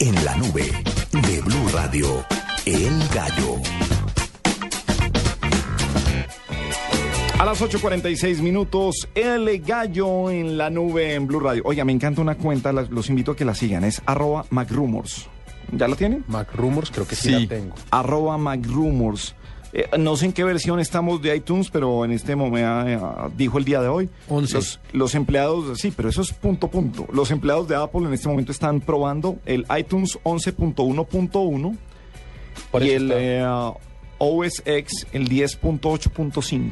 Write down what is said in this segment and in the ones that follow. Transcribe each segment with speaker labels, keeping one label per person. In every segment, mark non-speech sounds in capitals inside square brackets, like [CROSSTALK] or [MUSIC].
Speaker 1: en la nube de Blue Radio, El Gallo.
Speaker 2: A las 8.46 minutos, El Gallo en la nube en Blue Radio. Oiga, me encanta una cuenta, las- los invito a que la sigan, es arroba MacRumors. ¿Ya la tienen?
Speaker 3: Mac Rumors creo que sí, la tengo.
Speaker 2: Arroba MacRumors. Eh, no sé en qué versión estamos de iTunes, pero en este momento eh, dijo el día de hoy.
Speaker 3: Once.
Speaker 2: Los, los empleados, sí, pero eso es punto punto. Los empleados de Apple en este momento están probando el iTunes 11.1.1
Speaker 3: Por
Speaker 2: y
Speaker 3: eso
Speaker 2: el
Speaker 3: está-
Speaker 2: eh, uh, OS X, el 10.8.5.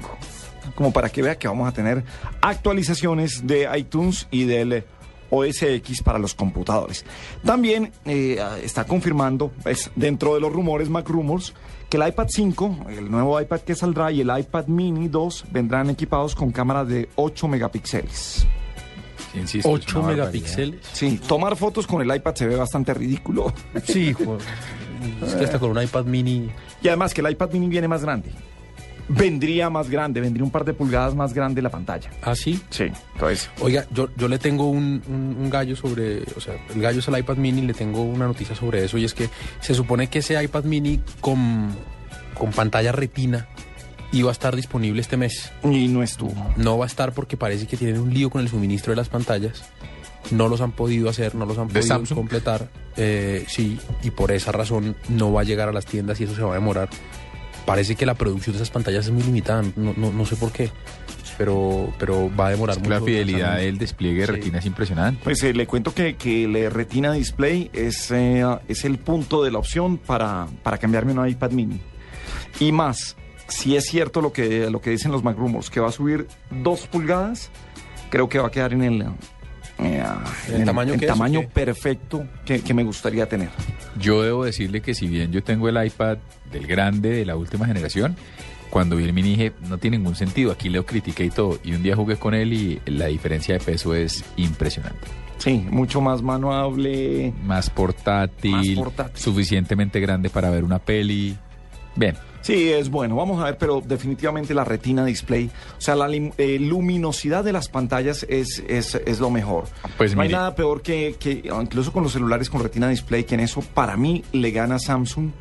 Speaker 2: Como para que vea que vamos a tener actualizaciones de iTunes y del eh, OS X para los computadores. También eh, ah, está confirmando, pues, dentro de los rumores, Mac Rumors, que el iPad 5, el nuevo iPad que saldrá, y el iPad Mini 2 vendrán equipados con cámaras de 8 megapíxeles.
Speaker 4: Insisto, es
Speaker 3: 8
Speaker 4: una barbaridad.
Speaker 3: megapíxeles.
Speaker 2: Sí, tomar fotos con el iPad se ve bastante ridículo.
Speaker 3: Sí, joder. Es que hasta con un iPad mini.
Speaker 2: Y además que el iPad mini viene más grande. Vendría más grande, vendría un par de pulgadas más grande la pantalla.
Speaker 3: Ah, sí.
Speaker 2: Sí, entonces.
Speaker 3: Oiga, yo, yo le tengo un, un- un gallo sobre, o sea, el gallo es el iPad mini, le tengo una noticia sobre eso y es que se supone que ese iPad mini con, con pantalla retina iba a estar disponible este mes.
Speaker 2: Y no estuvo.
Speaker 3: No va a estar porque parece que tienen un lío con el suministro de las pantallas. No los han podido hacer, no los han
Speaker 4: ¿De
Speaker 3: podido
Speaker 4: Samsung?
Speaker 3: completar. Eh, sí, y por esa razón no va a llegar a las tiendas y eso se va a demorar. Parece que la producción de esas pantallas es muy limitada, no, no, no sé por qué, pero, pero va a demorar
Speaker 4: Es que
Speaker 3: mucho.
Speaker 4: la fidelidad
Speaker 3: lanzamiento.
Speaker 4: del despliegue de
Speaker 3: Sí.
Speaker 4: retina es impresionante.
Speaker 2: Pues eh, le cuento que, que el eh, Retina Display es, eh, es el punto de la opción para, para cambiarme un iPad mini. Y más, si es cierto lo que, lo que dicen los Mac Rumors, que va a subir dos pulgadas, creo que va a quedar en el, eh,
Speaker 3: ¿En el tamaño que es o
Speaker 2: tamaño
Speaker 3: qué?
Speaker 2: perfecto que- que me gustaría tener.
Speaker 4: Yo debo decirle que si bien yo tengo el iPad del grande de la última generación, cuando vi el mini dije, no tiene ningún sentido, aquí lo critiqué y todo. Y un día jugué con él y la diferencia de peso es impresionante.
Speaker 2: Sí, mucho más manuable.
Speaker 4: Más portátil,
Speaker 2: Más portátil.
Speaker 4: suficientemente grande para ver una peli. Bien,
Speaker 2: Sí, es bueno. Vamos a ver, pero definitivamente la retina display, o sea, la lim- eh, luminosidad de las pantallas es, es, es lo mejor.
Speaker 4: Pues
Speaker 2: no hay
Speaker 4: mire.
Speaker 2: nada peor que, que, incluso con los celulares con retina display, que en eso para mí le gana Samsung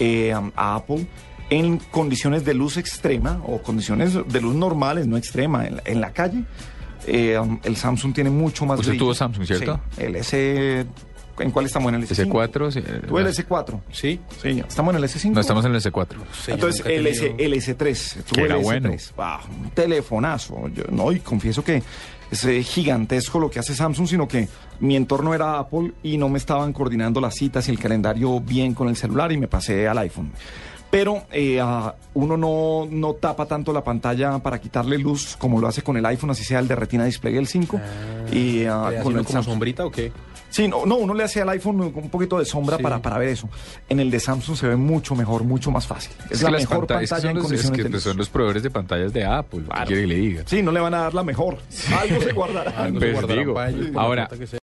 Speaker 2: eh, a Apple en condiciones de luz extrema o condiciones de luz normales, no extrema, en la, en la calle. eh, el Samsung tiene mucho más
Speaker 4: Usted
Speaker 2: brillo.
Speaker 4: tuvo Samsung, ¿cierto?
Speaker 2: Sí, el S... ¿En cuál estamos? ¿En el S5?
Speaker 4: S4, eh,
Speaker 2: Tuve el S4.
Speaker 3: Sí,
Speaker 2: Sí, estamos en el S5.
Speaker 4: no estamos en el S4.
Speaker 3: Sí, yo
Speaker 2: Entonces,
Speaker 3: nunca he
Speaker 2: LS,
Speaker 3: tenido-
Speaker 2: LS3, estuvo
Speaker 4: Que era
Speaker 2: LS3.
Speaker 4: bueno.
Speaker 2: Bah, un telefonazo. Yo, no, y confieso que es eh, gigantesco lo que hace Samsung, sino que mi entorno era Apple y no me estaban coordinando las citas y el calendario bien con el celular y me pasé al iPhone. Pero eh, ah, uno no, no tapa tanto la pantalla para quitarle luz como lo hace con el iPhone, así sea el de Retina Display el 5. y ah,
Speaker 3: ¿Le hacen
Speaker 2: con el
Speaker 3: como
Speaker 2: Samsung.
Speaker 3: sombrita o qué?
Speaker 2: Sí, no, no, uno le hace al iPhone un poquito de sombra
Speaker 3: Sí.
Speaker 2: para, para ver eso. En el de Samsung se ve mucho mejor, mucho más fácil. Es,
Speaker 4: que
Speaker 2: la
Speaker 4: las
Speaker 2: mejor
Speaker 4: pantallas- es que
Speaker 2: pantalla en
Speaker 4: son, los, es
Speaker 2: condiciones
Speaker 4: que
Speaker 2: de luz.
Speaker 4: son los proveedores de pantallas de Apple, lo que quiere que le diga.
Speaker 2: Sí, no le van a dar la mejor. Algo se guardará.
Speaker 3: Algo se
Speaker 4: Pues [LAUGHS]
Speaker 3: guardarán
Speaker 4: digo,
Speaker 3: para ellos, por la
Speaker 4: ahora,
Speaker 3: plata que sea.